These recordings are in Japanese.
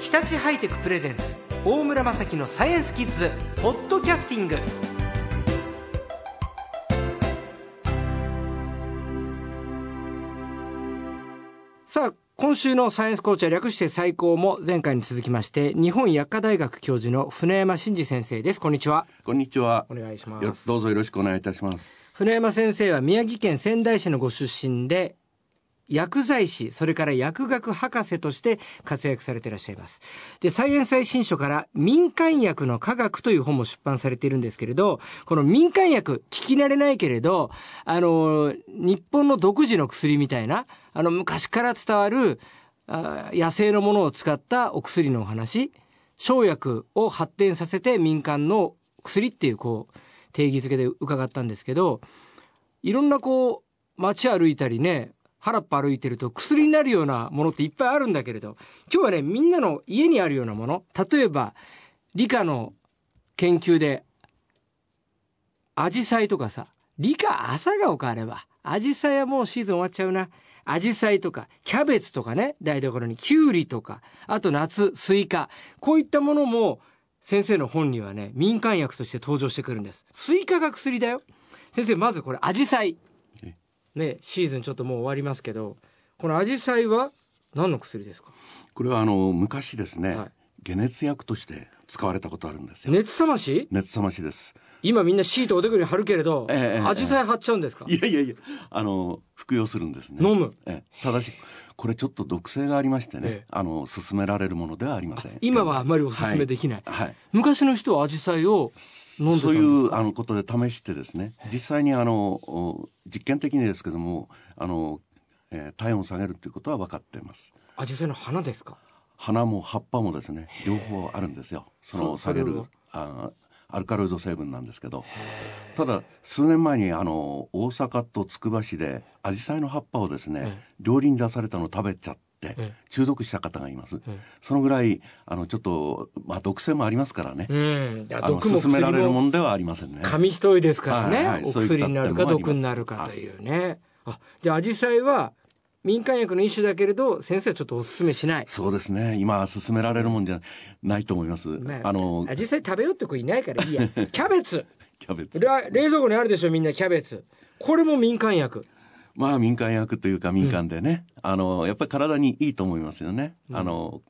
日立ハイテクプレゼンツ大村雅樹のサイエンスキッズポッドキャスティングさあ今週のサイエンスコーチは略して最高も前回に続きまして日本薬科大学教授の船山真嗣先生ですこんにちはこんにちは。お願いしますよどうぞよろしくお願いいたします。船山先生は宮城県仙台市のご出身で薬剤師それから薬学博士として活躍されていらっしゃいますで「サイエンス最新書」から「民間薬の科学」という本も出版されているんですけれどこの民間薬聞き慣れないけれどあの日本の独自の薬みたいなあの昔から伝わるあ野生のものを使ったお薬のお話生薬を発展させて民間の薬っていうこう定義づけで伺ったんですけどいろんなこう街歩いたりね原っぱ歩いてると薬になるようなものっていっぱいあるんだけれど今日はねみんなの家にあるようなもの例えば理科の研究でアジサイとかさ理科朝顔かあればアジサイはもうシーズン終わっちゃうなアジサイとかキャベツとかね台所にキュウリとかあと夏スイカこういったものも先生の本にはね民間薬として登場してくるんですスイカが薬だよ先生まずこれアジサイえねシーズンちょっともう終わりますけどこのアジサイは何の薬ですかこれはあの昔ですね、はい解熱薬として使われたことあるんですよ。熱冷まし熱冷ましです。今みんなシートおでこに貼るけれど、ええええアジサイ貼っちゃうんですかいやいやいや、あの服用するんですね。飲む。ええただし、これちょっと毒性がありましてね、ええあの勧められるものではありません。今はあまりお勧めできない、はい。はい昔の人はアジサイを飲んでたんですかそういうあのことで試してですね実際にあのお実験的にですけどもあの、えー体温を下げるということは分かっていますアジサイの花ですか花も葉っぱもですね両方あるんですよそのそ下げそれるはあアルカロイド成分なんですけどただ数年前にあの大阪とつくば市でアジサイの葉っぱをですね、え料理に出されたのを食べちゃってえ中毒した方がいます、えそのぐらいあのちょっと、まあ、毒性もありますからね、うんだからあの毒も勧められ薬るもものではありませんね紙一重ですからね、はいはいおそういった薬になるか点もあります毒になるかというねあじゃあアジサイは民間薬の一種だけれど先生はちょっとお勧めしないそうですね今は勧められるもんじゃないと思います、まああのアジサイ食べようって子いないからいいや キャベツキャベツら冷蔵庫にあるでしょみんなキャベツこれも民間薬まあ民間薬というか民間でね、あのやっぱり体にいいと思いますよね。あの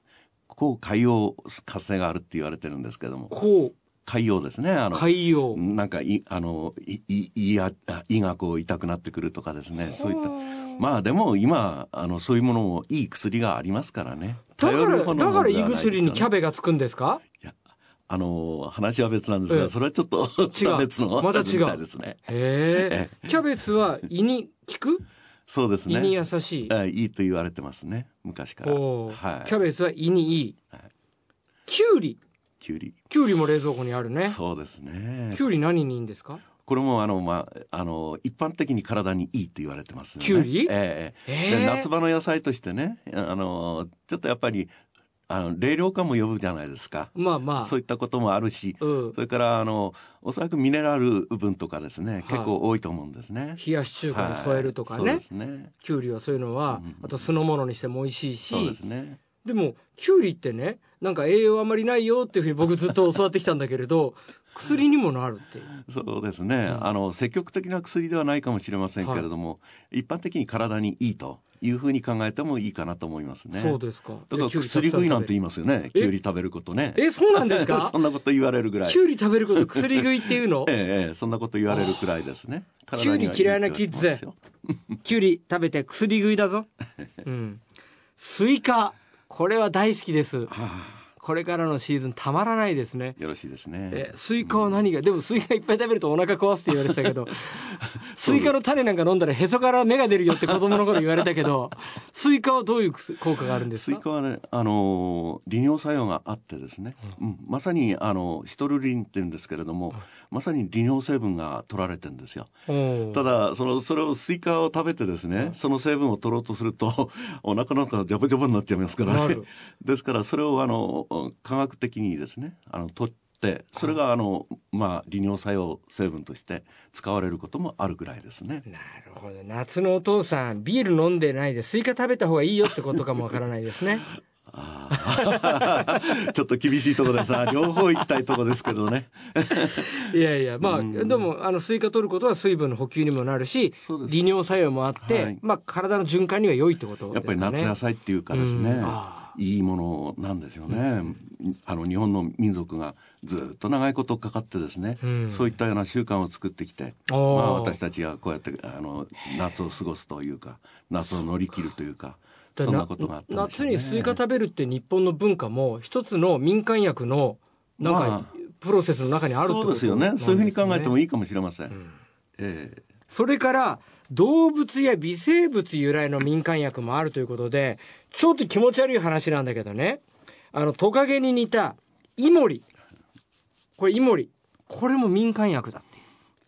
抗海洋活性があるって言われてるんですけども、こう海洋ですね。あの海洋なんかいあのいいいやあ胃がこう痛くなってくるとかですね。そういったまあでも今あのそういうものもいい薬がありますからね。だ頼からるものだからで胃はないですよね薬にキャベがつくんですかいやあの話は別なんですええが、それはちょっと 違う別のまた違うみたいですね。へえキャベツは胃に効くそうです胃にね。優しいええいいと言われてますね。昔から。おーはい。キャベツは胃にいい、はいきゅうりきゅうり。きゅうりも冷蔵庫にあるねそうですねき。ゅうり何にいいんですかこれもあのまああの一般的に体にいいと言われてますよね。きゅうりええええで夏場の野菜としてね、あのちょっとやっぱりあの冷涼感も呼ぶじゃないですか。まあまあそういったこともあるし、うんそれからあのおそらくミネラル分とかですね、い結構多いと思うんですね。冷やし中華に添えるとかはいそうねですね。きゅうりはそういうのはうんあと酢の物にしても美味しいしそうですね。でもきゅうりってねなんか栄養あまりないよっていうふうに僕ずっと教わってきたんだけれ ど薬にもなるっていうそうですね、んあの積極的な薬ではないかもしれませんけれども、一般的に体にいいというふうに考えてもいいかなと思いますね。そうですかだからできゅうり薬食いなんて言いたくますよね。えきゅうり食べることね。えそうなんですか そんなこと言われるぐらさんいき。ゅうり食べること薬食いっていうのええええ、そんなこと言われるくらいですね。きゅうり嫌いなキッズ体にはいいって言われてますよきゅうり食べて薬食いだぞ、 うん、スイカこれは大好きですこれからのシーズンたまらないですねよろしいですえね。スイカは何が、でもスイカいっぱい食べるとお腹壊すって言われてたけ どスイカの種なんか飲んだらへそから芽が出るよって子供の頃言われたけ どスイカはどういうくす効果があるんですスイかカはね、あのー利尿作用があってですね、うんまさにあのシトルリンって言うんですけれども、まさに利尿成分が取られてるんですよ。おたーだそのそれをスイカを食べてですね、その成分を取ろうとすると お腹なんかジャボジャボになっちゃいますからなねる ですからそれをあの科学的にですねあの取ってそれがあの、まあ利尿作用成分として使われることもあるぐらいですね。なるほど夏のお父さんビール飲んでないでスイカ食べた方がいいよってことかもわからないですねあー ちょっと厳しいところでさ両方行きたいとこですけどねいやいやまあ、うんでもあのスイカ取ることは水分の補給にもなるしそうです利尿作用もあって、はいまあ体の循環には良いってことやでっすぱかりね夏野菜っていうかですね、うんあいいものなんですよね、あの日本の民族がずっと長いことかかってですね、うんそういったような習慣を作ってきて、おまーあ、私たちがこうやってあの夏を過ごすというか夏を乗り切るというかだそかんらなことがあったんです夏よにねスイカ食べるって日本の文化も一つの民間薬のなんか、まあプロセスの中にあるってこそとうですよねそういうふうに考えてもいい、いいかもしれません、うんええそれから動物や微生物由来の民間薬もあるということでちょっと気持ち悪い話なんだけどねあのトカゲに似たイモリこれイモリこれも民間薬だって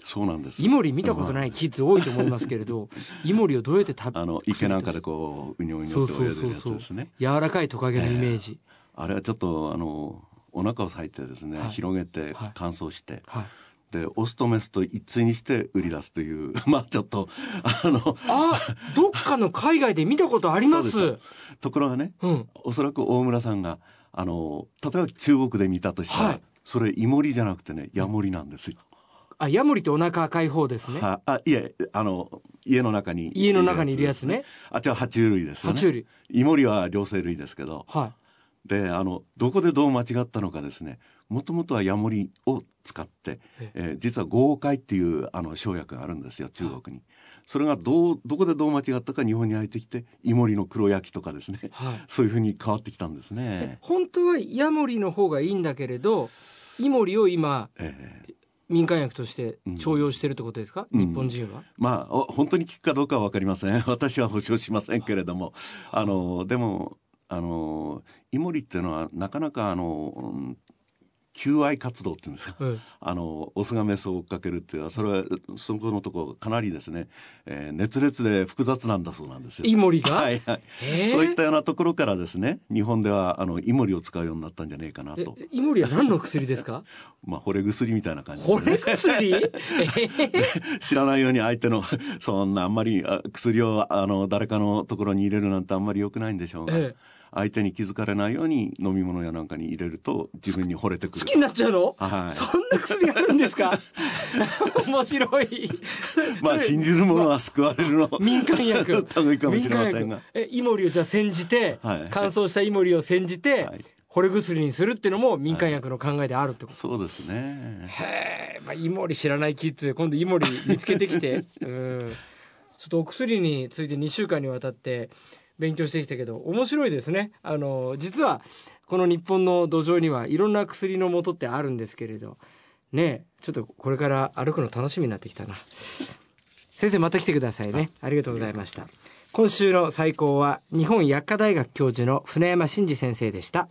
そうなんですイモリ見たことないキッズ多いと思いますけれ どイモリをどうやって食べあの池なんかでこううにょうにそょうってそ泳ういでそるうやそうつですね柔らかいトカゲのイメージ、あれはちょっとあのお腹を裂いてですね、はい広げてはい乾燥して、はいでオスとメスと一対にして売り出すという まあちょっとあのあ、どっかの海外で見たことあります。そううですところがねん。おそらく大村さんがあの例えば中国で見たとしたら、はいそれイモリじゃなくてねヤモリなんですよ。あ、ヤモリってお腹赤い方ですね。はあいえあの家の中に家の中にいるやつね。あじゃあ爬虫類ですよ爬ね。虫類。イモリは両生類ですけどはであのどこでどう間違ったのかですねもともとはヤモリを使ってえ、えー実は合海っていうあの生薬があるんですよ中国に。それがどうどこでどう間違ったか日本に入ってきてイモリの黒焼きとかですね い。はい。そういうふうに変わってきたんですね。本当はヤモリの方がいいんだけれど、イモリを今えー民間薬として徴用してるってことですか？うん日本人は。まあお本当に効くかどうかは分かりません 私は保証しませんけれどもあのでもあのイモリっていうのはなかなかあの、うん求愛活動っていうんですかうん。あのオスがメスを追っかけるっていうのはそれはそこのとこかなりですね、えー熱烈で複雑なんだそうなんですよ。イモリが。 はいはいえーそういったようなところからですね日本ではあのイモリを使うようになったんじゃねえかなえと、イモリは何の薬です か？まあ、惚れ薬みたいな感じでね、惚れ薬？えー 知らないように相手の そんなあんまりあ薬をあの誰かのところに入れるなんてあんまり良くないんでしょうが、ええ相手に気づかれないように飲み物やなんかに入れると自分に惚れてく好るきになっちゃうの？はいそんな薬あるんですか？ 面白い。まあ信じる者は救われるの、民間薬類かもしれませ民んが間薬えイモリをじゃあ煎じて、はい乾燥したイモリを煎じて、はい惚れ薬にするっていうのも民間薬の考えであるってこと、そうですねへえ、まあ、イモリ知らないキッズ今度イモリ見つけてきてうんちょっとお薬について2週間にわたって勉強してきたけど面白いですねあの実はこの日本の土壌にはいろんな薬の元ってあるんですけれどねえちょっとこれから歩くの楽しみになってきたな先生また来てくださいねありがとうございました今週の最高は日本薬科大学教授の船山真嗣先生でした